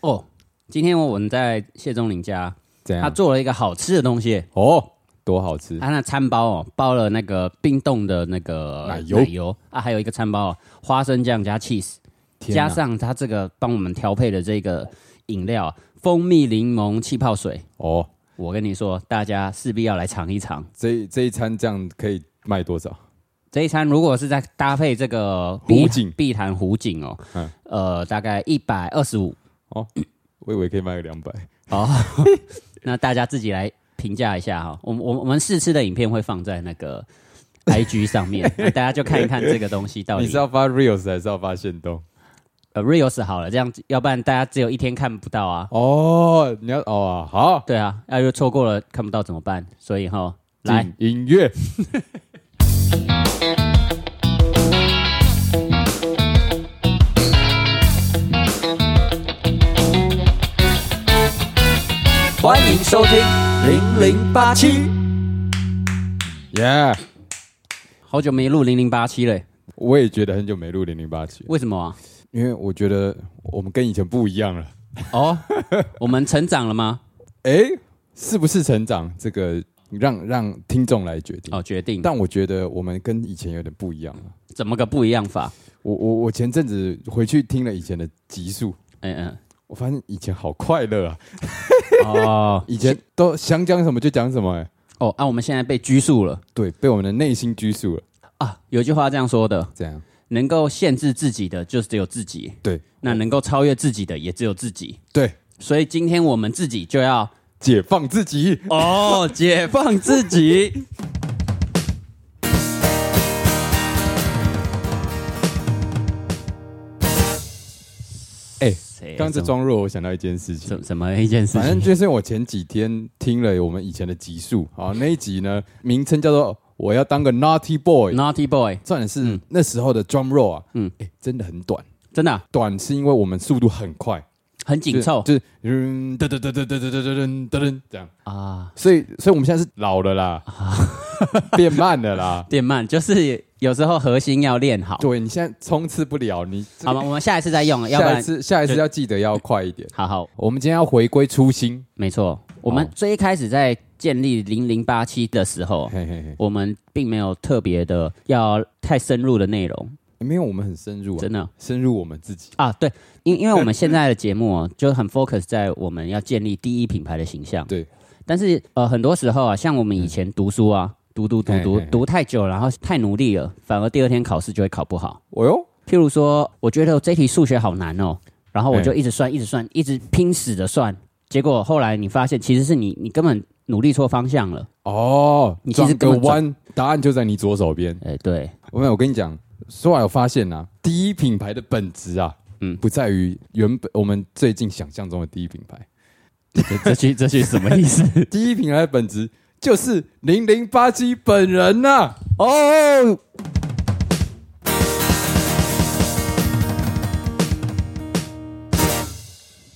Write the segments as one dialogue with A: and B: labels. A: 哦今天我们在谢钟林家，
B: 怎
A: 他
B: 样？
A: 做了一个好吃的东西，
B: 哦，多好吃！
A: 他那餐包哦，包了那个冰冻的那个
B: 奶油
A: 啊，还有一个餐包、哦、花生酱加 cheese，
B: 天哪
A: 加上他这个帮我们调配的这个饮料蜂蜜柠檬气泡水，
B: 哦，
A: 我跟你说，大家势必要来尝一尝。
B: 这这一餐这样可以卖多少？
A: 这一餐如果是在搭配这个
B: 湖
A: 碧
B: 景
A: 碧潭湖景哦，
B: 嗯
A: 呃，大概一百二十五
B: 我以为可以卖个两百。
A: 哦，那大家自己来评价一下哈、我们我们我们试吃的影片会放在那个 IG 上 面，那大家就看一看这个东西到底
B: 你是要发 reels 还是要发现动？
A: 呃 reels 好了，这样子要不然大家只有一天看不到啊。
B: 哦，你要哦好，
A: 对啊，要又错过了看不到怎么办？所以哈，来
B: 进音乐。
C: 欢迎收听零零八七。
B: Yeah，
A: 好久没录零零八七嘞，
B: 我也觉得很久没录零零八七，
A: 为什么啊？
B: 因为我觉得我们跟以前不一样了。
A: 哦， 我们成长了吗？
B: 诶，哎是不是成长？这个让让听众来决定。
A: 哦，决定，
B: 但我觉得我们跟以前有点不一样了。
A: 怎么个不一样法？
B: 我我我前阵子回去听了以前的集数，
A: 嗯嗯，
B: 我发现以前好快乐啊！
A: 哦
B: 以前都想讲什么就讲什么、哎，
A: 哦啊，我们现在被拘束了
B: 对，被我们的内心拘束了。
A: 啊。有句话这样说的：
B: 这样，
A: 能够限制自己的，就只有自己；
B: 对
A: 那能够超越自己的，也只有自己。
B: 对，
A: 所以今天我们自己就要
B: 解放自己。
A: 哦，解放自己。
B: 哎
A: 谁
B: 刚刚这装弱，我想到一件事情，
A: 怎怎么一件事
B: 反正
A: 情？
B: 就是我前几天听了我们以前的集数，好，那一集呢，名称叫做“我要当个 Naughty Boy”，
A: Naughty Boy，
B: 算的是那时候的 drum roll 啊，
A: 嗯
B: 嗯，哎，真的很短，
A: 真的啊、
B: 短是因为我们速度很快，
A: 很紧凑
B: 就是嗯，噔噔噔噔噔噔噔噔噔这样。
A: 啊，
B: 所以，所以我们现在是老了 啦，变慢了啦。
A: 变慢，就是有时候核心要练好。
B: 对你现在冲刺不了，你这
A: 好吗？我们下一次再用，要不
B: 下一
A: 然
B: 次下一次要记得要快一点。
A: 好好，
B: 我们今天要回归初心，
A: 没错。我们
B: 好
A: 最一开始在建立零零八七的时候，
B: 嘿嘿嘿，
A: 我们并没有特别的要太深入的内容，
B: 没有我们很深入啊，
A: 真的
B: 深入我们自己。
A: 啊，对，因因为我们现在的节目哦，就 很 focus 在我们要建立第一品牌的形象。
B: 对，
A: 但是呃，很多时候啊，像我们以前读书啊，读读读
B: 嘿
A: 读
B: 嘿嘿
A: 读太久了，然后太努力了，反而第二天考试就会考不好。
B: 哦哟，
A: 譬如说，我觉得这题数学好难哦，然后我
B: 嘿
A: 就一直算，一直算，一直拼死的算，结果后来你发现其实是你你根本努力错方向了。
B: 哦，
A: 你其实
B: 转个
A: 根本转
B: 弯，答案就在你左手边。
A: 哎，对，
B: 我没有，我跟你讲，说来我发现啊，第一品牌的本质啊，
A: 嗯
B: 嗯，不在于原本我们最近想象中的第一品牌，
A: 这这句这句什么意思？
B: 第一品牌的本质就是零零八七本人啊呐、
A: 哦。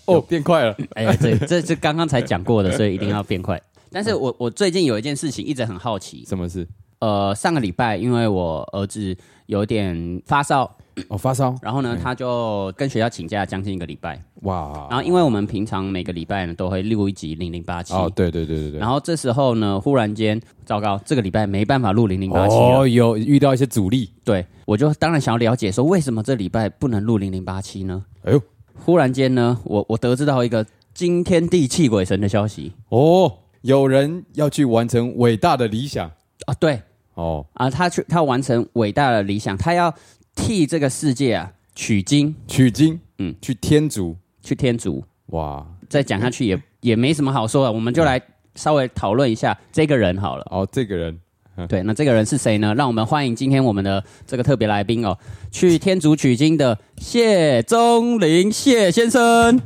B: 哦，变快了，
A: 哎呀，这这是刚刚才讲过的，所以一定要变 快。但是我我最近有一件事情一直很好奇，
B: 什么事？
A: 呃，上个礼拜因为我儿子有点发烧，
B: 哦，发烧，
A: 然后呢，他就跟学校请假将近一个礼拜。
B: 哇，
A: 然后因为我们平常每个礼拜呢都会录一集零零八七，
B: 哦，对对对对对，
A: 然后这时候呢，忽然间，糟糕，这个礼拜没办法录零零八七啊了。
B: 哦，有遇到一些阻力，
A: 对，我就当然想要了解说，为什么这礼拜不能录零零八七呢？
B: 哎呦，
A: 忽然间呢，我我得知到一个惊天地泣鬼神的消息
B: 哦，有人要去完成伟大的理想，
A: 啊！对
B: 哦，
A: 啊，他去他完成伟大的理想，他要替这个世界啊取经
B: 取经，
A: 嗯
B: 嗯，去天竺，
A: 去天竺。
B: 哇，
A: 再讲下去也也没什么好说的，我们就来稍微讨论一下这个人好了。
B: 哦，这个人
A: 对，那这个人是谁呢？让我们欢迎今天我们的这个特别来宾哦，去天竺取经的谢宗林谢先生。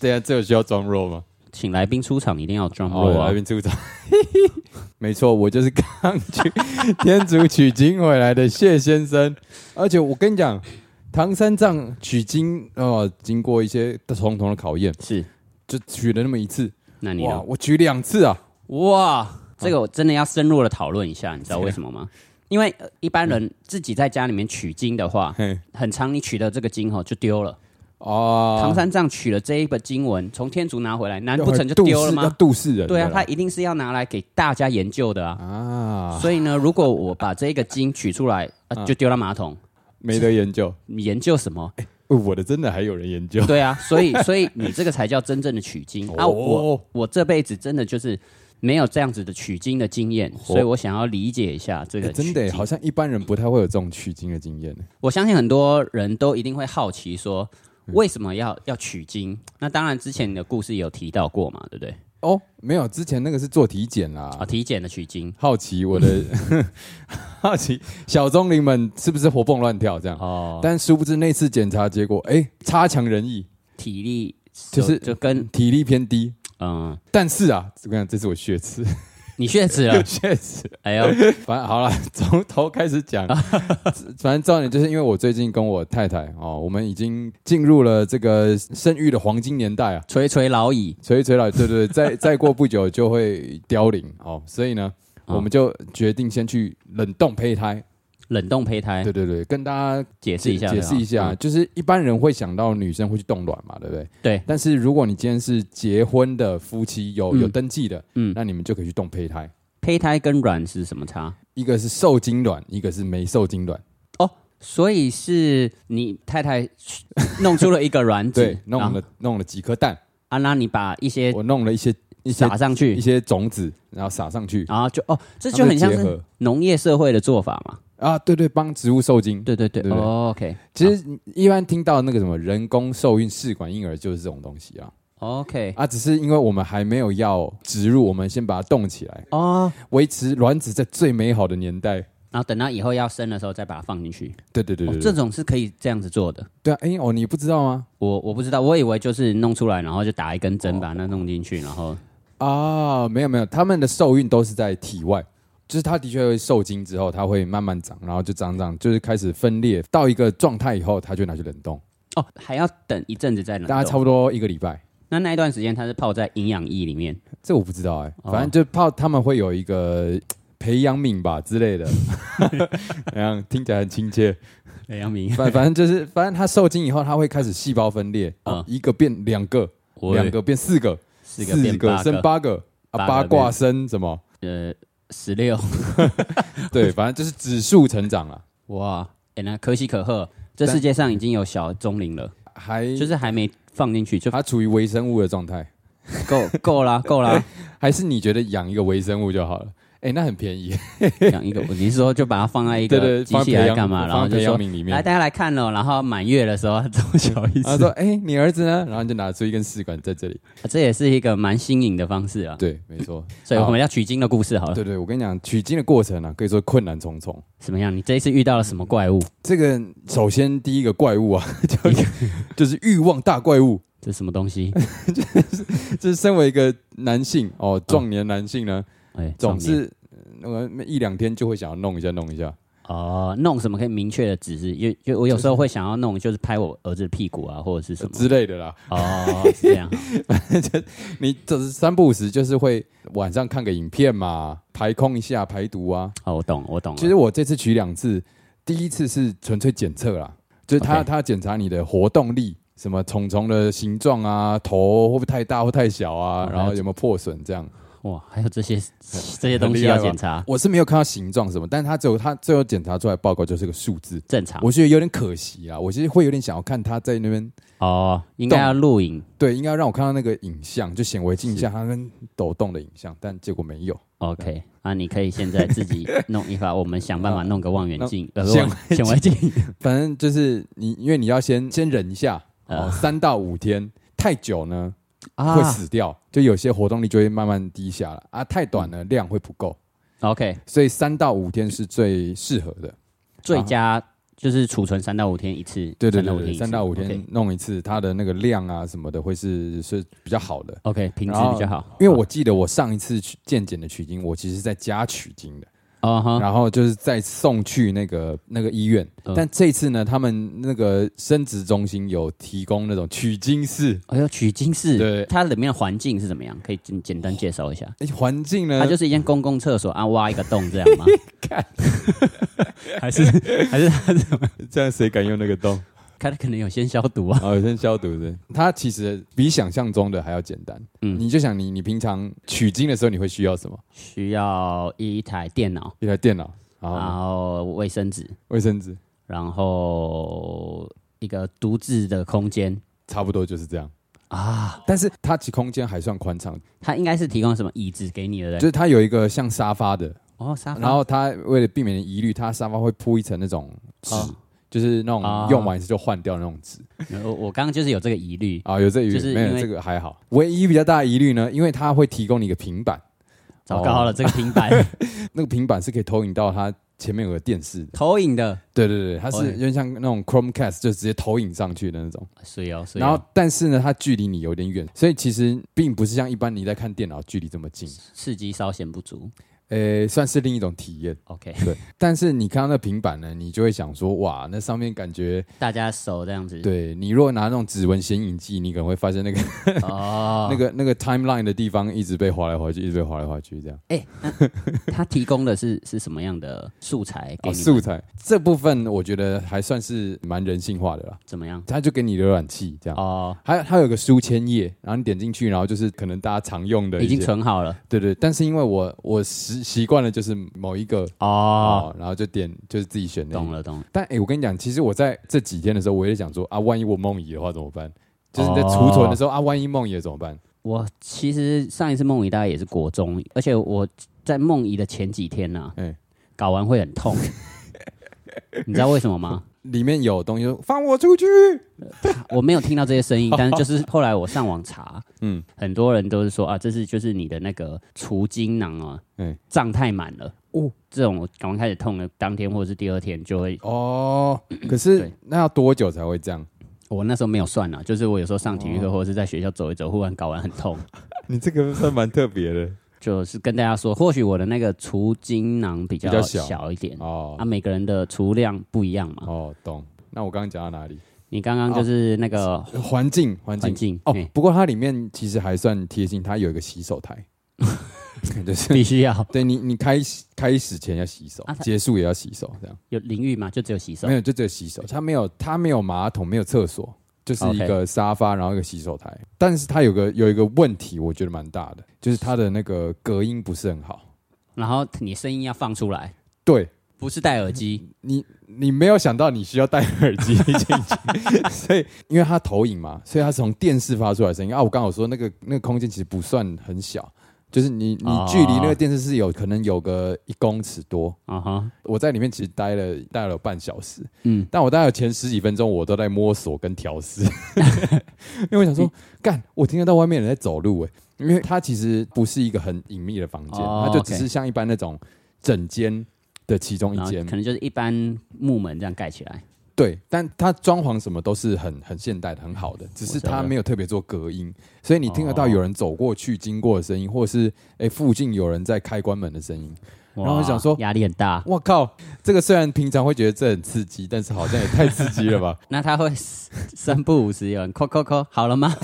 B: 对啊，这有需要装弱吗？
A: 请来宾出场一定要装
B: 哦，
A: 弱
B: 我
A: 啊
B: 那！边出场， 没错，我就是刚去天竺取经回来的谢先生。而且我跟你讲，唐三藏取经哦，经过一些重重的考验，
A: 是，
B: 就取了那么一次。
A: 那你
B: 哇，
A: 呢？
B: 我取两次啊！
A: 哇，这个我真的要深入的讨论一下，你知道为什么吗？因为呃一般人自己在家里面取经的话，
B: 嘿，
A: 很长你取的这个经吼就丢了。
B: 哦，
A: 唐三藏取了这一本经文，从天竺拿回来，难
B: 要
A: 不成就
B: 度
A: 丢了
B: 世要
A: 吗？
B: 度世人的
A: 对
B: 啦，
A: 啊，他一定是要拿来给大家研究的啊。
B: 啊，
A: 所以呢，如果我把这个经取出来，呃、就丢到马桶，
B: 没得研究。
A: 你研究什么？
B: 哦我的真的还有人研究，
A: 对啊，所以 所以你这个才叫真正的取经啊！
B: 哦
A: 我我这辈子真的就是没有这样子的取经的经验，所以我想要理解一下这
B: 哦哎
A: 个取
B: 真
A: 经。
B: 的耶好像一般人不太会有这种取经的经验。
A: 我相信很多人都一定会好奇说，为什么要要取经？那当然，之前你的故事有提到过嘛，对不对？
B: 哦，没有，之前那个是做体检啦。
A: 啊，体检的取经
B: 好奇我的，好奇小钟灵们是不是活蹦乱跳这样？
A: 哦，
B: 但殊不知那次检查结果，哎，差强人意，
A: 体力
B: 就是
A: 就跟
B: 体力偏低。
A: 嗯，
B: 但是啊，我跟你讲，这是我血池，
A: 你血脂 了，
B: 血池。
A: 哎呦，
B: 反正好了，从头开始讲。反正重点就是因为我最近跟我太太哦，我们已经进入了这个生育的黄金年代啊，
A: 垂垂老矣，
B: 垂垂老，对对对， 再再过不久就会凋零哦，所以呢，
A: 嗯
B: 我们就决定先去冷冻胚胎，
A: 冷冻胚胎
B: 对，对对，跟大家
A: 哎解释
B: 解
A: 一下，
B: 解释一下，
A: 嗯，
B: 就是一般人会想到女生会去冻卵嘛，对不对？
A: 对，
B: 但是如果你今天是结婚的夫妻，有
A: 嗯
B: 有登记的，
A: 嗯
B: 那你们就可以去冻胚胎，
A: 胚胎跟卵是什么差？
B: 一个是受精卵，一个是没受精卵，
A: 所以是你太太弄出了一个卵子，
B: 对，弄
A: 然后
B: 了弄了几颗蛋，
A: 啊，那你把一些
B: 我弄了一些一些
A: 撒上
B: 一
A: 去，
B: 些种子，然后撒上去
A: 然后就哦，这就很像
B: 它们结
A: 是
B: 合
A: 农业社会的做法嘛。
B: 啊，对对，帮植物受精，
A: 对对对
B: 对不对
A: 哦，OK
B: 其实一般听到那个什么人工受孕试管婴儿就是这种东西啊
A: 哦 OK
B: 啊，只是因为我们还没有要植入，我们先把它冻起来，
A: 哦，
B: 维持卵子在最美好的年代。
A: 然后等到以后要生的时候再把它放进去。
B: 对对对
A: 哦
B: 对，
A: 这
B: 对
A: 种是可以这样子做的。
B: 对啊，哎哦，你不知道吗？
A: 我我不知道，我以为就是弄出来，然后就打一根针
B: 哦
A: 把那弄进去，然后
B: 啊，没有没有，他们的受孕都是在体外，就是他的确会受精之后，它会慢慢长，然后就长长，就是开始分裂到一个状态以后，它就拿去冷冻，
A: 哦还要等一阵子再冷
B: 大概差
A: 冻。
B: 不多一个礼拜。
A: 那那一段时间它是泡在营养液里面，
B: 这我不知道哎、
A: 哦
B: 反正就怕他们会有一个培养皿吧之类的， 怎样听起来很亲切。哎
A: 营养液。
B: 反反正就是，反正它受精以后，它会开始细胞分裂，哦
A: 嗯
B: 一个变两个，
A: 我
B: 两个变四个，
A: 四个变八
B: 生
A: 个，
B: 八个啊，
A: 八
B: 八
A: 个变
B: 卦生什么？
A: 呃，十六。
B: 对，反正就是指数成长啊了，
A: 哇，哎、那可喜可贺，这
B: 但嗯
A: 世界上已经有小钟灵了，
B: 还
A: 就
B: 就是
A: 是还没放进去就
B: 它处于微生物的状态，
A: 够够啦，够 啦，
B: 还是你觉得养一个微生物就好了？哎，那很便宜，
A: 养一个，你是说就把它放在一
B: 对
A: 个
B: 对，
A: 机
B: 放
A: 器
B: 培
A: 来
B: 养
A: 干嘛？然后
B: 放
A: 就
B: 培
A: 说
B: 养皿里面
A: 来，大。家来看喽，然后满月的时候中小一
B: 他
A: 次，
B: 说：“哎、你儿子呢？”然后就拿出一根试管在这里。
A: 这也是一个蛮新颖的方式啊。
B: 对，没错。
A: 所以
B: 好
A: 我们要取经的故事好了，
B: 对对，我跟你讲，取经的过程啊，可以说困难重重。
A: 怎么样？你这一次遇到了什么怪物？
B: 这个首先第一个怪物啊， 就是 就是欲望大怪物。
A: 这是什么东西？
B: 就是身为一个男性哦，壮年男性呢，
A: 哎、
B: 总
A: 是
B: 是呃那一两天就会想要弄一下弄一下。
A: 哦，弄什么可以明确的指示？因为因为我有时候会想要弄，就是拍我儿子屁股啊，或者是什么
B: 之类的啦，
A: 哦，是这样 啊。
B: 你就是三不五时就是会晚上看个影片嘛，排空一下排毒啊。
A: 哦，我懂，我懂了。
B: 其实我这次取两次，第一次是纯粹检测啦，就是他
A: OK
B: 他检查你的活动力，什么虫虫的形状啊，头会不会太大或太小
A: 哦
B: 啊，
A: 还
B: 然后
A: 有
B: 有没有破损这样。
A: 哇，还有这些这些东西要检查，
B: 我是没有看到形状什么，但他只有他最后检查出来报告就是个数字，
A: 正常
B: 我觉得有点可惜啊。我其实会有点想要看他在那边，
A: 哦，应该要录影
B: 对，应该让我看到那个影像，就显微镜下他那边抖动的影像，但结果没有。
A: ，OK。啊，你可以现在自己弄一发， 我们想办
B: 啊
A: 法弄个望远镜，呃，
B: 显
A: 望显微镜，
B: 反正就是你，因为你要先先忍一下哦
A: 啊，
B: 三到五天，太久呢
A: 啊
B: 会死掉，就有些活动力就会慢慢低下了啊，太短呢量会不够，
A: OK，
B: 所以三到五天是最适合的。
A: 最佳就是储存三到五天一次，
B: 啊对对对
A: 3-5天
B: 对，
A: 一次
B: 三到五天
A: OK，
B: 弄一次，它的那个量啊什么的会是是比较好
A: 哦
B: 的。
A: ，OK，品质比较好，
B: 因为我记得我上一次去健检的取经，我其实是在家取经的，
A: 哦哈，
B: 然后就是再送去那个那个医院。
A: 嗯
B: 但这次呢，他们那个生殖中心有提供那种取精室，
A: 哎呦，取经室
B: 对，
A: 它里面的环境是怎么样？可以简简单介绍一下。
B: 哎环境呢，
A: 它就是一间公共厕所啊，挖一个洞这样 吗？ 还是还是它怎么？
B: 这样谁敢用那个洞？
A: 它可能有先消毒 啊。
B: 哦，有先消毒的。它其实比想象中的还要简单。
A: 嗯
B: 嗯，你就想你你平常取经的时候，你会需要什么？
A: 需要一台电脑，
B: 一台电脑，然
A: 然
B: 后
A: 后卫生纸，
B: 卫生纸，
A: 然后一个独自的空间
B: 差不多就是这样。
A: 啊。
B: 但是它其实空间还算宽敞，
A: 它应该是提供什么椅子给你的？对
B: 就
A: 不对
B: 是它有一个像沙发的，
A: 哦，沙发。
B: 然后它为了避免疑虑，它沙发会铺一层那种纸
A: 哦，
B: 就是那
A: 哦
B: 种用完就换掉那种纸
A: 我我刚刚就是有这个疑虑，
B: 啊。有这疑
A: 就是
B: 虑没
A: 因
B: 有？
A: 为
B: 这个还好。唯一比较大的疑虑呢，因为它会提供你一个平板，
A: 糟 糕了，这个平板
B: 那个平板是可以投影到它前面有个电视的。
A: 投影的，
B: 对对对，它
A: 投
B: 是
A: 影
B: 有点像那种 Chromecast，就直接投影上去的那种。
A: 是哦，是哦。
B: 然后，但是呢，它距离你有点远，所以其实并不是像一般你在看电脑距离这么近，
A: 刺激稍显不足。
B: 呃，算是另一种体验。
A: OK，
B: 对，但是你看到那平板呢，你就会想说，哇，那上面感觉，
A: 大家手这样子，
B: 对你如果拿那种指纹显影剂，你可能会发现那个、，
A: 哦
B: 那个那个 timeline 的地方一直被划来划去，一直被划来划去这样。
A: 哎他提供的是是什么样的素材给
B: 哦，
A: 你们？
B: 素材这部分我觉得还算是蛮人性化的啦，
A: 怎么样？
B: 它就给你浏览器这样。
A: 哦，
B: 还有它有个书签页，然后你点进去，然后就是可能大家常用的一
A: 已经
B: 些
A: 存好了
B: 对对，但是因为我我习习惯了就是某一个
A: 哦，
B: 哦然后就点就是自己选那个
A: 懂。了懂了。
B: 但哎，我跟你讲，其实我在这几天的时候，我也想说啊，万一我梦遗的话怎么办？就是你在储存的时候、啊，万一梦遗了怎么办？
A: 我其实上一次梦遗大概也是国中，而且我在梦遗的前几天呢、
B: 哎
A: 搞完会很痛， 你知道为什么吗？
B: 里面有东西说放我出去，
A: 我没有听到这些声音，但是就是后来我上网查，嗯
B: 嗯，
A: 很多人都是说啊，这是就是你的那个除精囊啊，嗯
B: 嗯，
A: 胀太满了哦
B: 哦，
A: 这种赶快开始痛了，当天或者是第二天就会。
B: 哦。可
A: 对
B: 是那要多久才会这样？
A: 我那时候没有算啊，就是我有时候上体
B: 哦
A: 育课或者是在学校走一走，忽然搞完很痛，
B: 你这个算蛮特别的
A: 就是跟大家说，或许我的那个除精囊比较
B: 比较小
A: 小一点
B: 哦
A: 啊，每个人的除量不一样嘛。
B: 哦，懂。那我刚刚讲到哪里？
A: 你刚刚就是那个
B: 环境，环
A: 环
B: 境。
A: 境
B: 哦
A: 嘿，
B: 不过它里面其实还算贴心，它有一个洗手 台，就是
A: 必须要
B: 对你，你开始开始前要洗手，
A: 啊它哦
B: 结束也要洗手，这样
A: 有淋浴嘛，就只有洗手
B: 没有就只有洗手，它没有它没有马桶，没有厕所，就是一
A: OK
B: 个沙发，然后一个洗手台。但是它有个有一个问题，我觉得蛮大的，就是它的那个隔音不是很好。
A: 然后你声音要放出来，
B: 对
A: 不是戴耳机，
B: 你，你没有想到你需要戴耳机 进去，所以因为它投影嘛，所以它是从电视发出来的声音啊。我刚好说那个那个空间其实不算很小，就是你你距离那
A: 哦
B: 个电视是有可能有个一公尺多，
A: 啊哈，
B: 我在里面其实待了待了有半小时，
A: 嗯
B: 嗯，但我大概有前十几分钟我都在摸索跟调 试，因为我想说，干，我听得到外面人在走路哎、因为它其实不是一个很隐秘的房间，
A: 哦
B: 它就只
A: OK
B: 是像一般那种整间的其中
A: 然
B: 一
A: 后
B: 间
A: 可，能就是一般木门这样盖起来，
B: 对，但它装潢什么都是很很现代的、很好的，只
A: 嗯我
B: 是
A: 晓得哦
B: 它没有特别做隔音，所以你听得到有人走过去、经过的声音，或者是哎、附近有人在开关门的声音，然后
A: 哇
B: 我想说
A: 压力很大，
B: 我靠，这个虽然平常会觉得这很刺激，但是好像也太刺激了 吧？
A: 那他会 三不五时有人扣扣扣，好了吗？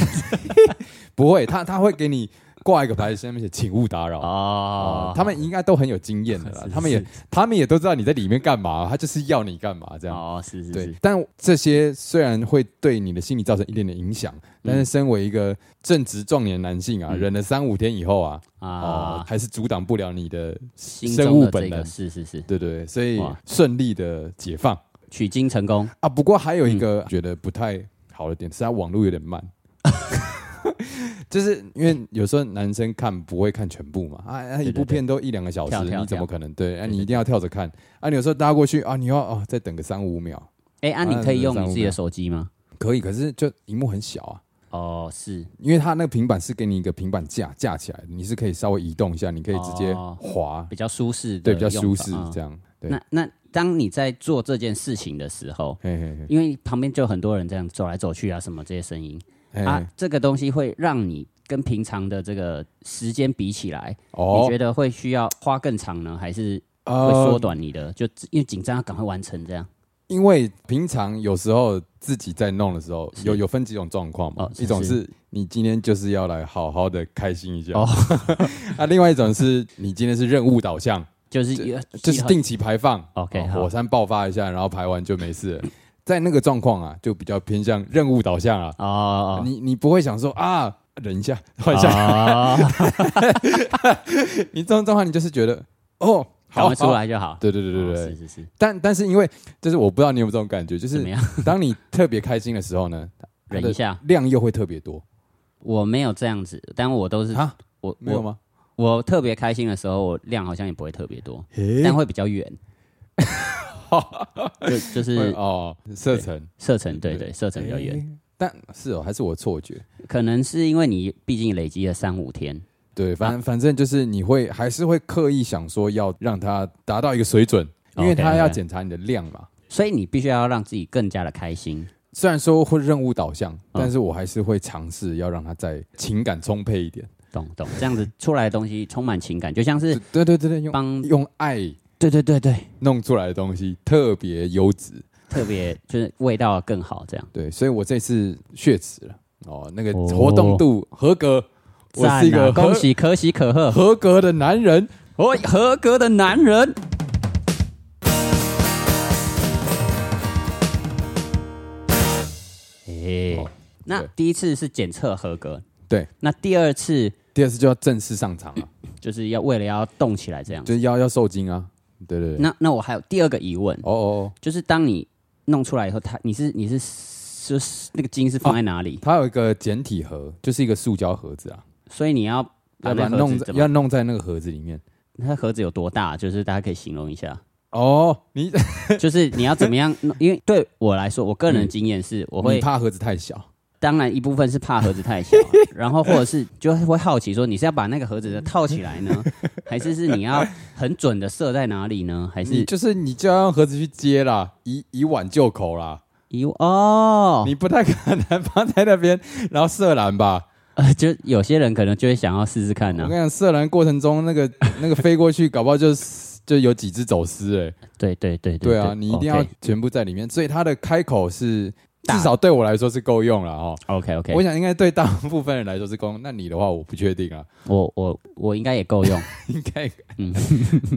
B: 不会，他他会给你挂一个牌子，上面写“请勿打扰”。
A: 哦
B: 哦，，他们应该都很有经验的啦
A: 是，是
B: 他们也他们也都知道你在里面干嘛，他就是要你干嘛这样。
A: 哦是是
B: 对
A: 是，，
B: 但这些虽然会对你的心理造成一点点影响，但是身为一个正值壮年男性啊，
A: 嗯
B: 忍了三五天以后啊，哦
A: 啊，，
B: 还是阻挡不了你的，
A: 心
B: 生
A: 中
B: 物
A: 的
B: 本
A: 这个
B: 能
A: 是是是，
B: 对对，对所以
A: 哇
B: 顺利的解放。
A: 取经成功，
B: 啊，不过还有
A: 嗯
B: 一个觉得不太好的点是，它网络有点慢。 就是因为有时候男生看不会看全部嘛，啊，啊一
A: 对对
B: 部片都一两个小时，
A: 跳跳
B: 你怎
A: 跳
B: 么可能对？
A: 对
B: 啊，你
A: 对
B: 一定要跳着看啊！你有时候拉过去啊，你要哦，再等个三五秒，
A: 哎，啊，
B: 啊
A: 你可以
B: 这
A: 用
B: 三
A: 你
B: 五
A: 自己的
B: 秒
A: 手机吗？
B: 可以，可是就荧幕很小啊，
A: 哦，是，
B: 因为它那个平板是给你一个平板架架起来的，你是可以稍微移动一下，你可以直接
A: 哦
B: 滑，
A: 比较舒适的
B: 对，比较
A: 用
B: 舒
A: 法
B: 适
A: 嗯
B: 这样，对，
A: 那那当你在做这件事情的时候，
B: 嘿嘿嘿
A: 因为旁边就有很多人这样走来走去啊，什么这些声音
B: 嘿，
A: 啊，这个东西会让你跟平常的这个时间比起来，你
B: 哦
A: 觉，得会需要花更长呢，还是会缩
B: 呃，
A: 短你的，就因为紧张要赶快完成这样。
B: 因为平常有时候自己在弄的时候，
A: 是
B: 有有分几种状况嘛
A: 哦，是
B: 一种
A: 是
B: 是你今天就是要来好好的开心一下
A: 哦，
B: 啊，另外一种是你今天是任务 导向，
A: 就是
B: 就是定期排放
A: OK，
B: 哦
A: 好
B: 火山爆发一下，然后排完就没事了。在那个状况啊，就比较偏向任务导向啊，
A: 哦哦，
B: 你你不会想说啊，忍一下，
A: 哦
B: 缓一下， 你这种状况你就是觉得哦，
A: 赶
B: 好
A: 快出，
B: 好
A: 来就好。
B: 对对对对
A: 哦
B: 对
A: 是，是是，
B: 但但是因为就是我不知道你有没有这种感觉，就
A: 怎么
B: 是
A: 样？
B: 当你特别开心的时候呢，它
A: 忍一下，
B: 它的量又会特别多
A: 我没有这样子，但我都是
B: 啊，
A: 我
B: 没有
A: 我
B: 吗？
A: 我特别开心的时候，我量好像也不会特别多，
B: 诶
A: 但会比较 远。就就是
B: 哦，射程
A: 射程，对对，射程比较远，
B: 诶但是哦，还是我错觉。
A: 可能是因为你毕竟累积了三五天，
B: 对，反正、反正就是你会还是会刻意想说要让它达到一个水准，因为
A: OK，
B: 它要
A: OK
B: 检查你的量嘛。
A: 所以你必须要让自己更加的开心。
B: 虽然说会任务导
A: 嗯
B: 向，但是我还是会尝试要让它再情感充沛一点。
A: 懂懂，这样子出来的东西充满情感，就像是
B: 对对对对，用
A: 帮
B: 用爱
A: 对对对对，
B: 弄出来的东西特别优质。
A: 特别就是味道更好这样。
B: 对，所以我这次血池了哦，那个
A: 哦
B: 活动度合格，我
A: 赞
B: 是一个
A: 啊恭
B: 合
A: 喜可喜可贺，
B: 合格的男人。
A: 我合格的男人。诶、
B: 哦
A: 那
B: 对
A: 第一次是检测合格，
B: 对，
A: 那第二次
B: 第二次就要正式上场了，
A: 就是要为了要动起来这样。
B: 就是要要受精啊。对对对，
A: 那那我还有第二个疑问，
B: 哦哦哦，
A: 就是当你弄出来以后，它你是你是就是那个筋是放在哪里？
B: 它有一个简体盒，就是一个塑胶盒子啊，
A: 所以你要把
B: 要把
A: 啊那
B: 它
A: 盒
B: 弄
A: 子
B: 在
A: 怎
B: 要
A: 么？
B: 弄在那个盒子里面。
A: 它盒子有多大？就是大家可以形容一下，
B: 哦，你
A: 就是你要怎么样弄？因为对我来说，我个人的经验是，我
B: 你
A: 会
B: 嗯怕盒子太小，
A: 当然一部分是怕盒子太小 啊、然后或者是就会好奇说，你是要把那个盒子的套起来 呢，还是是你要很准的射在哪里呢？还
B: 你
A: 是
B: 就是你就要用盒子去接啦，以以碗就口啦，
A: 以哦，
B: 你不太可能放在那边然后射篮吧。
A: 呃， 就有些人可能就会想要试试看呢、啊
B: 我跟你讲，射篮过程中那个 那个飞过去，搞不好就是就有几只走私哎、
A: 对对对
B: 对啊，你一定要全部在里面，所以它的开口是至少对我来说是够用了哦。
A: OK OK，
B: 我想应该对大部分人来说是够用，那你的话我不确定啊，
A: 我我我应该也够用
B: 应该
A: 嗯，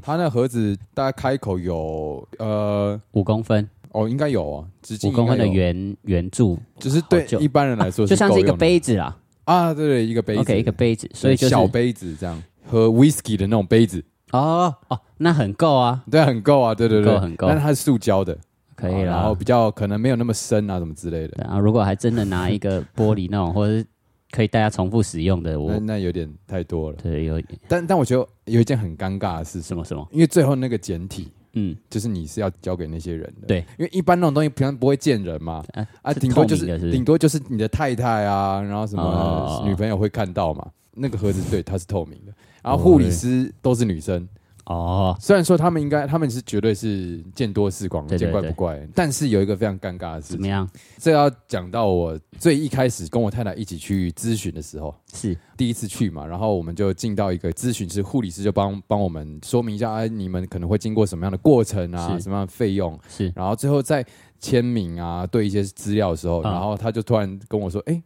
B: 它那盒子大概开口有呃
A: 五公分，
B: 哦应该有哦，直径
A: 五公分的
B: 应该有，
A: 圆圆柱，
B: 就是对
A: 好就
B: 一般人来说
A: 就像
B: 够
A: 是一个
B: 用的
A: 杯子啦。
B: 啊，对对，一个杯子
A: OK，一个杯子，所以就是
B: 小杯子这样。喝 whisky 的那种杯子，
A: 哦哦，那很够啊，
B: 对，很够啊，对对对，
A: 很够很够
B: 但是它是塑胶的，
A: 可以
B: 然后
A: 啦。
B: 比较可能没有那么深啊，什么之类的。
A: 然后如果还真的拿一 个玻璃那种，或者是可以大家重复使用的，
B: 那
A: 我
B: 那有点太多了。
A: 对有
B: 但但我觉得有一件很尴尬的事情，
A: 什么什么，
B: 因为最后那个简体
A: 嗯，
B: 就是你是要交给那些人的。
A: 对，
B: 因为一般那种东西平常不会见人嘛，
A: 啊
B: 啊，
A: 是
B: 顶多就
A: 透明的是不是
B: 顶多就是你的太太啊，然后什
A: 哦
B: 么女朋友会看到嘛。那个盒子对它是透明的，然后护理师都是女生，
A: 哦，
B: 虽然说他们应该他们是绝对是见多识广，
A: 对对
B: 见怪
A: 对
B: 不怪，但是有一个非常尴尬的事
A: 怎么
B: 情，
A: 样？
B: 这要讲到我最一开始跟我太太一起去咨询的时候，
A: 是
B: 第一次去嘛，然后我们就进到一个咨询室，护理师就帮帮我们说明一下，哎，你们可能会经过什么样的过程啊，
A: 是
B: 什么样的费用，
A: 是，
B: 然后最后在签名啊，对一些资料的时候，
A: 啊
B: 然后他就突然跟我说，哎，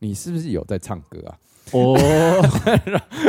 B: 你是不是有在唱歌啊？
A: 哦，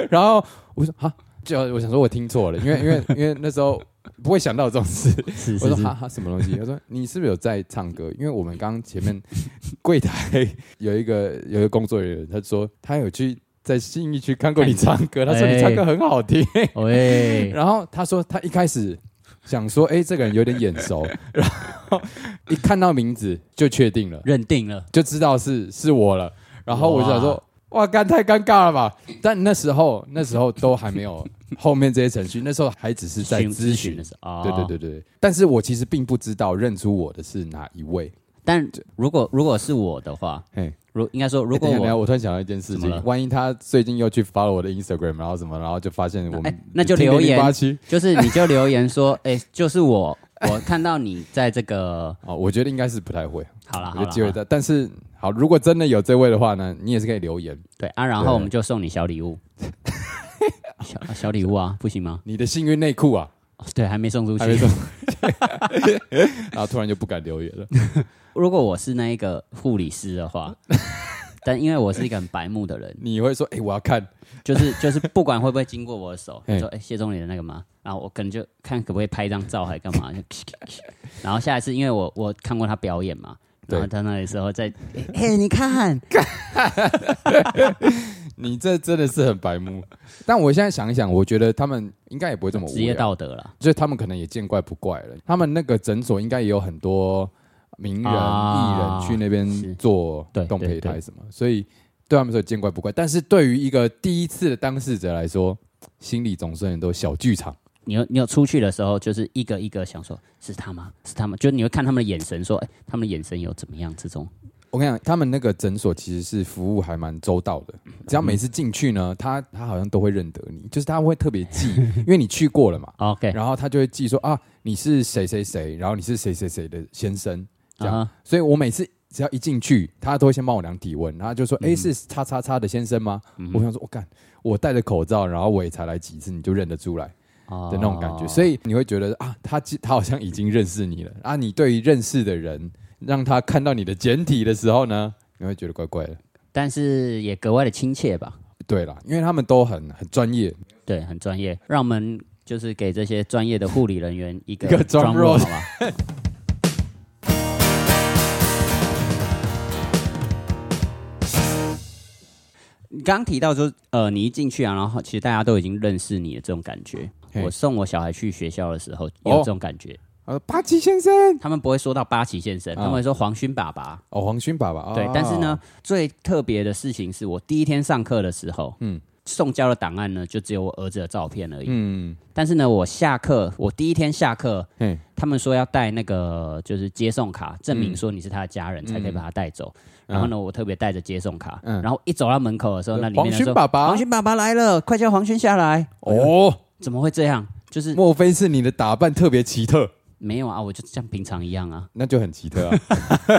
B: 然后我说啊，就我想说我听错了，因为因为因为那时候不会想到这种事，
A: 是
B: 我
A: 是
B: 说
A: 是
B: 哈，哈什么东西？ 他说你是不是有在唱歌？因为我们刚刚前面 柜台有一个有一个工作人员，他说他有去在信义区看过你唱歌，
A: 哎
B: 他说你唱歌很好听。
A: 喂，
B: 然后他说他一开始想说，哎、这个人有点眼 熟，然后一看到名字就确定了，
A: 认定了，
B: 就知道是是我了。然后我就想说
A: 哇。
B: 哇，干太尴尬了吧！但那时候那时候都还没有后面这些程序，那时候还只是在
A: 询
B: 咨询
A: 询的时候，哦
B: 对对
A: 对。
B: 对对，对但是我其实并不知道认出我的是哪一位。
A: 但如果如果是我的话，
B: 嘿，
A: 如应该说，如
B: 如
A: 果
B: 果我、
A: 我
B: 我突然想哎到一件事
A: 怎么了
B: 情，万一他最近又去 follow 我的 Instagram，然后什么，然后就发现我们、
A: 哎那就留言
B: 八七
A: 就是你就留言说， 哎，就是我，我看到你在这 个
B: 哦，我觉得应该是不太会，
A: 好了
B: 我
A: 好
B: 觉得
A: 了
B: 机会
A: 好啦，
B: 大。但是啊好，如果真的有这位的话呢，你也是可以留言，
A: 对啊，然
B: 对
A: 后我们就送你小礼物，小小礼物啊，不行吗？
B: 你的幸运内裤啊，
A: 对，还没送出去
B: 还。 没说，然后突然就不敢留言了。
A: 如果我是那一个护理师的话， 但因为我是一个很白目的人，
B: 你会说，哎、我要看，
A: 就是就是不管会不会经过我的手，
B: 嘿
A: 说哎、谢总理的那个吗？然后我可能就看可不可以拍一张照，还干嘛？就 然后下一次，因为我我看过他表演嘛，
B: 对
A: 然后他那里时候 再，哎、嘿你看，
B: 你这真的是很白目。但我现在想一想，我觉得他们应该也不会这么无
A: 职业
B: 聊，
A: 道德了。
B: 所以他们可能也见怪不怪了。他们那个诊所应该也有很多名人、艺、
A: 啊
B: 人去那
A: 是
B: 边做
A: 对
B: 动
A: 对
B: 胚
A: 对
B: 胎什么，所以对他们说见怪不怪。但是对于一个第一次的当事者来说，心里总是很多小剧场。
A: 你有你有出去的时候，就是一个一个想说，是他吗？是他吗？就你会看他们的眼神，说，哎、他们的眼神有怎么样？这种
B: 我跟你讲，他们那个诊所其实是服务还蛮周到的。只要每次进去呢，他他好像都会认得你，就是他会特别 记，因为你去过了嘛，
A: 哦，OK，
B: 然后他就会记说啊，你是谁谁谁，然后你是谁谁谁的先生。这样
A: 啊哈
B: 所以我每次只要一进去，他都会先帮我量体温，然后就说：“
A: 嗯
B: 哎、是叉叉叉的先生吗？”我想说，我、干，我戴着口罩，然后我也才来几次，你就认得出来
A: 哦
B: 的那种感觉。所以你会觉得啊，他记他好像已经认识你了啊。你对于认识的人，让他看到你的简体的时候呢，你会觉得怪怪的。
A: 但是也格外的亲切吧？
B: 对啦，因为他们都很很专业，
A: 对，很专业。让我们就是给这些专业的护理人员一个
B: 一个 drum roll
A: 好吧？ 你刚刚提到说，呃，你一进去啊，然后其实大家都已经认识你的这种感觉。
B: 嘿哦
A: 我送我小孩去学校的时候也有这种感觉，
B: 呃，巴基先生
A: 他们不会说到八旗先生，他们会说黄勋爸爸。
B: 哦，黄勋爸爸啊，
A: 对，但是呢，，最特别的事情是我第一天上课的时候，嗯
B: 嗯，
A: 送交的档案呢，就只有我儿子的照片而已。
B: 嗯，
A: 但是呢，我下课，我第一天下课，
B: 嘿，
A: 他们说要带那个就是接送卡，证明说你是他的家人，才可以把他带走。然后呢，我特别带着接送卡，
B: 嗯
A: 然后一走到门口的时候，那里面
B: 黄
A: 人说
B: 勋爸爸
A: 黄勋爸哎爸来了，快叫黄勋下来。
B: 哦，
A: 怎么会这样？就是
B: 莫非是你的打扮特别奇特？
A: 没有啊，我就像平常一样啊，
B: 那就很奇特啊。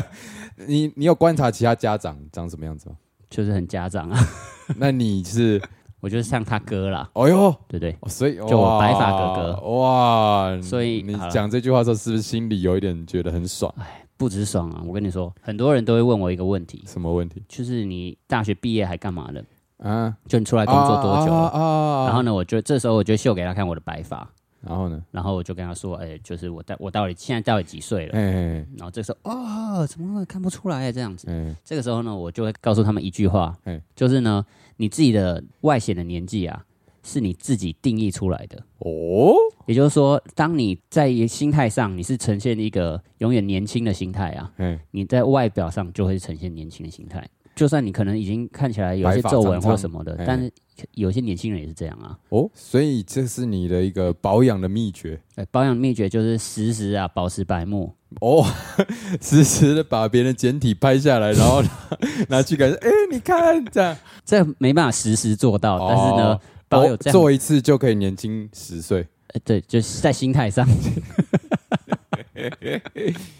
B: 你你有观察其他家长长什么样子吗？
A: 就是很家长啊，
B: 那你是，
A: 我就是像他哥啦，
B: 哎呦，
A: 对不对？
B: 哦所以
A: 就我
B: 哇
A: 白发哥哥
B: 哇，
A: 所以
B: 嗯你
A: 好了
B: 讲这句话的时候，是不是心里有一点觉得很爽？
A: 不止爽啊！我跟你说，很多人都会问我一个问题，
B: 什么问题
A: 就是你大学毕业还干嘛的？
B: 啊？
A: 就你出来工作多久了？
B: 啊啊
A: 然后呢，我就这时候我就秀给他看我的白发，
B: 然后呢？
A: 然后我就跟他说，哎、就是我到我到底现在到底几岁了？
B: 哎
A: 然后这时候，哦，怎么会看不出来这样子？
B: 哎，
A: 这个时候呢，我就会告诉他们一句话
B: 哎，
A: 就是呢，你自己的外显的年纪啊，是你自己定义出来的。
B: 哦，
A: 也就是说，当你在心态上你是呈现一个永远年轻的心态啊，
B: 哎，
A: 你在外表上就会呈现年轻的心态。就算你可能已经看起来有一些
B: 白发
A: 皱纹
B: 苍苍
A: 或什么的，
B: 哎
A: 但是有些年轻人也是这样啊。
B: 哦，所以这是你的一个保养的秘诀
A: 哎，保养秘诀就是时时啊保持白目，
B: 哦， 实时的把别人的简体拍下来，然后 拿去给人，哎，你看这样。
A: 这没办法实时做到，
B: 哦
A: 但是呢，保有这样
B: 做一次就可以年轻十岁。
A: 呃对，就是在心态上，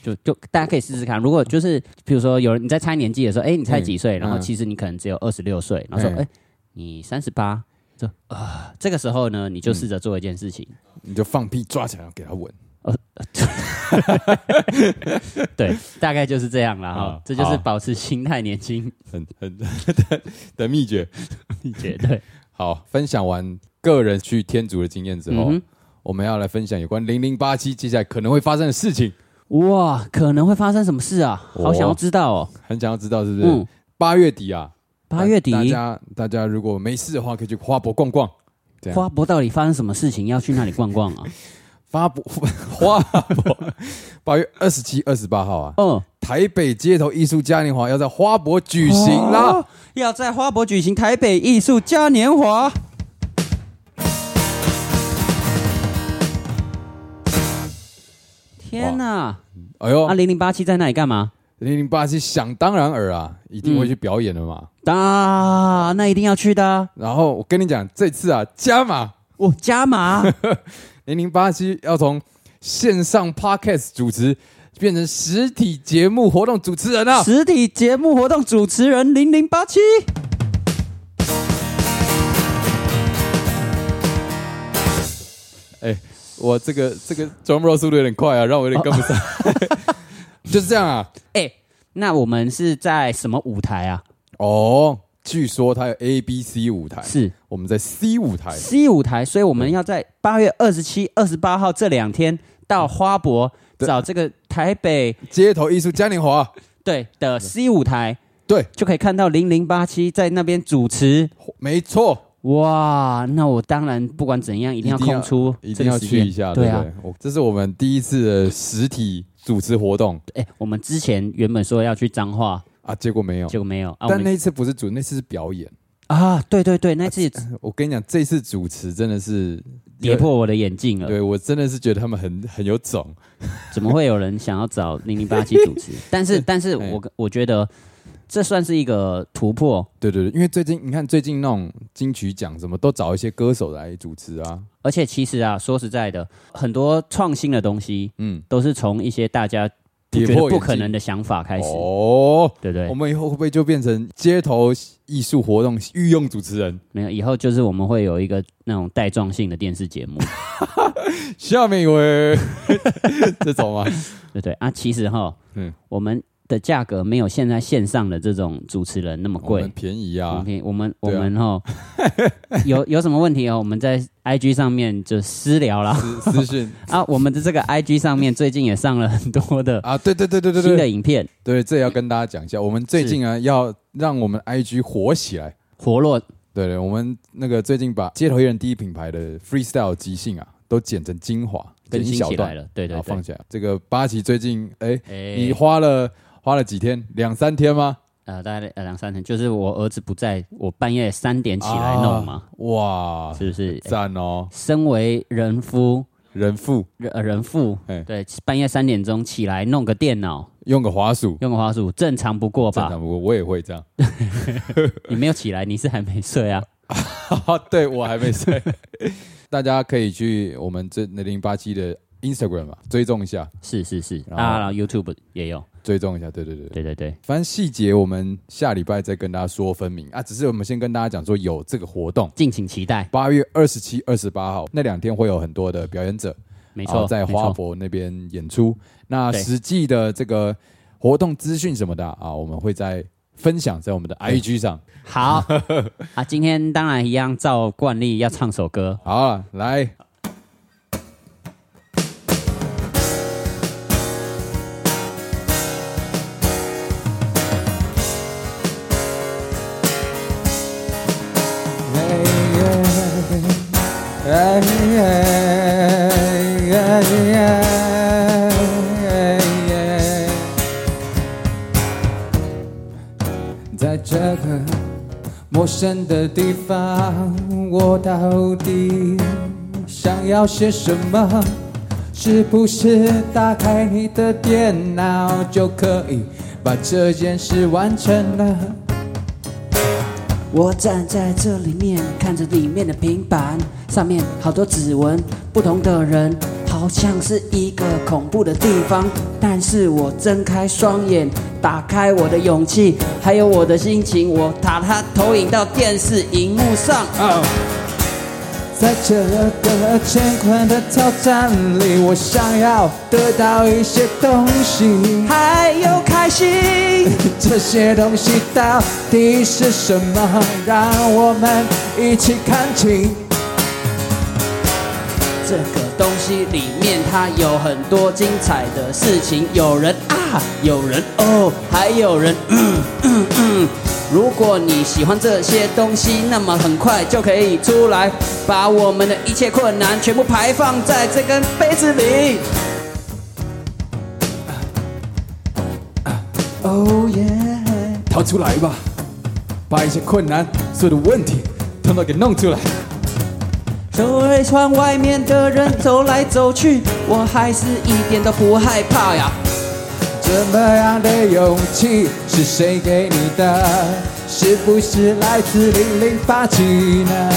A: 就就大家可以试试看。如果就是比如说有人你在猜年纪的时候，哎，你猜几岁？
B: 嗯
A: 然后其实你可能只有二十六岁，然后说，
B: 嗯
A: 哎，你三十八，这啊，这个时候呢，你就
B: 嗯
A: 试着做一件事情，
B: 你就放屁抓起来给他闻，
A: 对，大概就是这样了哈
B: 啊。
A: 这就是
B: 好
A: 保持心态年轻
B: 很 很的秘诀。
A: 秘诀，对，
B: 好，分享完个人去天竺的经 验之后，
A: 嗯
B: 我们要来分享有关零零八七接下来可能会发生的事情。
A: 哼，哇，可能会发生什么事啊？好想要知道哦。
B: 很想要知道是不是
A: 嗯，
B: 八、月底啊？
A: 八月底
B: 大大家大家如果没事的话，可以去花博逛逛。这样
A: 花博到底发生什么事情？要去那里逛逛 啊？
B: 花博 花博，八月二十七、二十八号啊，
A: 哦，
B: 台北街头艺术嘉年华要在花博举行啦。
A: 要在花博举行台北艺术嘉年华。天哪！
B: 哎呦，
A: 啊，零零八七在那里干嘛？
B: 零零八七想当然尔啊，一定会去表演的嘛。
A: 啊，那一定要去的啊。
B: 然后我跟你讲，这次啊加码
A: 哦，加码
B: 零零八七要从线上 podcast 主持变成实体节目活动主持人啊！
A: 实体节目活动主持人零零八七。
B: 哎，我这个这个 drum roll 速度有点快啊，让我有点跟不上。就是这样啊。
A: 哎，那我们是在什么舞台啊？
B: 哦，据说它有 A、B、C 舞台，
A: 是
B: 我们在 C 舞台。
A: C 舞台，所以我们要在八月二十七、二十八号这两天到花博
B: 对
A: 找这个台北
B: 街头艺术嘉年华，
A: 对的 C 舞台，
B: 对，
A: 就可以看到零零八七在那边主持。
B: 没错，
A: 哇，那我当然不管怎样一定要
B: 一定要
A: 空出
B: 一
A: 这个
B: 定要
A: 时
B: 去
A: 间
B: 一下，
A: 对
B: 对
A: 啊
B: 不对？我这是我们第一次的实体主持活动
A: 哎，我们之前原本说要去彰化，
B: 啊，结果没有
A: 结。果没有啊。我
B: 但
A: 们
B: 那一次不是主，那次是表演。
A: 啊，对对对，那次也
B: 我跟你讲，这次主持真的是
A: 跌，破我的眼镜了。
B: 对我真的是觉得他们很很有种。
A: 怎么会有人想要找零零八七主 持？但是，但是我我觉得这算是一个突破，
B: 对对对，因为最近你看，最近那种金曲奖什么都找一些歌手来主持啊，
A: 而且其实啊，说实在的，很多创新的东西
B: 嗯，
A: 都是从一些大家
B: 跌
A: 觉
B: 破
A: 得不
B: 眼
A: 可
B: 镜
A: 能的想法开始，
B: 哦。
A: 对不对
B: 我？们以后会不会就变成街头艺术活动御用主持人？
A: 没有，以后就是我们会有一个那种带状性的电视节目，
B: 下面一位， 这 种吗？
A: 对不对？啊，其实哈，
B: 嗯
A: 嗯，我们的价格没有现在线上的这种主持人那么
B: 我
A: 贵
B: 们，便宜
A: 我们
B: 啊
A: 可，以我们我
B: 对啊
A: 们哈， 有有什么问题哦？我们在 IG 上面就私聊啦。
B: 私私讯
A: 啊，我们的这个 IG 上面最近也上了很多的
B: 啊，对对对对对
A: 新的
B: 对，
A: 影片，
B: 对，这也要跟大家讲一下，我们最近啊要让我们 IG 火起来。
A: 活络
B: 对对，我们那个最近把街头艺人第一品牌的 freestyle 即兴啊，都剪成精华，
A: 更
B: 剪一
A: 新
B: 小
A: 起来
B: 段，
A: 了。对对
B: 然后放
A: 对，
B: 起来。这个八旗最近，哎，你
A: 哎，
B: 花了花了几天？两三天吗？
A: 呃，大概呃两三层，就是我儿子不在，我半夜三点起来弄嘛，
B: 哇，
A: 是不是？哎
B: 赞哦，
A: 身为人夫
B: 人父
A: 人呃人父
B: 哎，
A: 对，半夜三点钟起来弄个电脑，
B: 用个滑鼠，
A: 用个滑鼠，正常不过
B: 正
A: 吧
B: 常？不过我也会这样。
A: 你没有起来，你是还没睡啊？
B: 哈，对我还没睡。 大家可以去我们这零零八七的 Instagram 嘛，追踪一下，
A: 是是是
B: 然后
A: 啊然后，YouTube 也有，
B: 追踪一下。对对对
A: 对
B: 对，
A: 对对，
B: 反正细节我们下礼拜再跟大家说分明啊。只是我们先跟大家讲说有这个活动。
A: 敬请期待，
B: 八月二十七、二十八号那两天会有很多的表演者，
A: 没
B: 没
A: 错，
B: 哦在
A: 没
B: 花
A: 错
B: 博那边演出。那
A: 对
B: 实际的这个活动资讯什么的啊，我们会在分享在我们的 IG 上。
A: 好啊，今天当然一样，照惯例要唱首歌。
B: 好啊，来，
D: 在这个陌生的地方，我到底想要些什么？是不是打开你的电脑就可以把这件事完成了？
C: 我站在这里面，看着里面的平板，上面好多指纹，不同的人，好像是一个恐怖的地方。但是我睁开双眼，打开我的勇气，还有我的心情，我把它投影到电视荧幕上。
D: 在这个乾坤的挑战里，我想要得到一些东西。
C: 还有开心，
D: 这些东西到底是什么？让我们一起看清。
C: 这个东西里面它有很多精彩的事情，有人啊，有人哦，还有人嗯嗯嗯。如果你喜欢这些东西，那么很快就可以出来，把我们的一切困难全部排放在这根杯子里。Oh，
D: 哦耶！
B: 逃出来吧，把一些困难、所有的问题，通通给弄出来。
C: 周围窗外面的人走来走去，我还是一点都不害怕呀。
D: 这么样的勇气是谁给你的？是不是来自零零八七呢？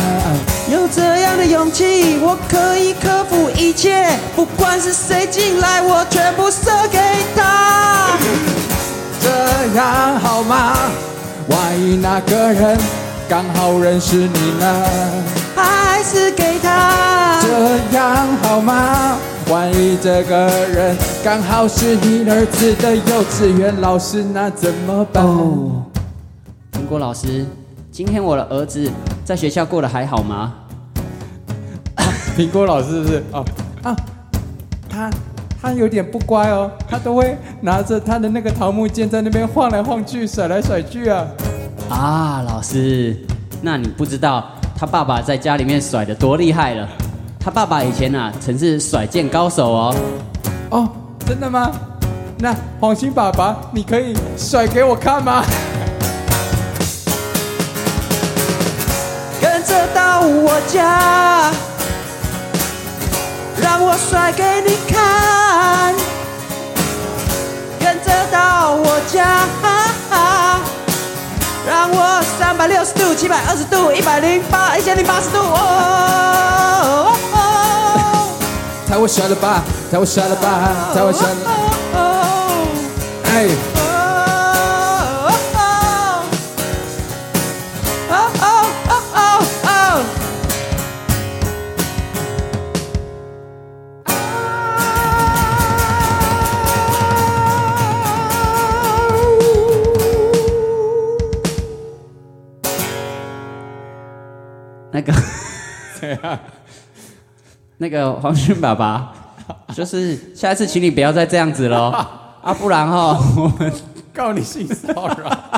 C: 有这样的勇气，我可以克服一切，不管是谁进来，我全部射给他。
D: 这样好吗？万一那个人刚好认识你呢？
C: 还是给他
D: 这
B: 这样好吗？万一这个人刚好是你儿子的幼稚园老师，那怎么办？
C: 哦，苹果老师，今天我的儿子在学校过得还好吗？
E: 苹果老师是不是啊？
B: 啊，他他有点不乖哦，他都会拿着他的那个桃木剑在那边晃来晃去、甩来甩去啊。
C: 啊，老师，那你不知道他爸爸在家里面甩的多厉害了。他爸爸以前啊，曾是甩剑高手哦。
B: 哦，真的吗？那黄鑫爸爸，你可以甩给我看吗？
C: 跟着到我家，让我甩给你看。跟着到我家，让我三百六十度、七百二十度、一百零八、一千零八十度。哦哦哦
B: 太会甩了吧，太会甩了吧，太会甩了。哎，
C: 那个那个黄勋爸爸，就是下一次请你不要再这样子喽，啊，不然哈，我们
E: 告你性骚扰，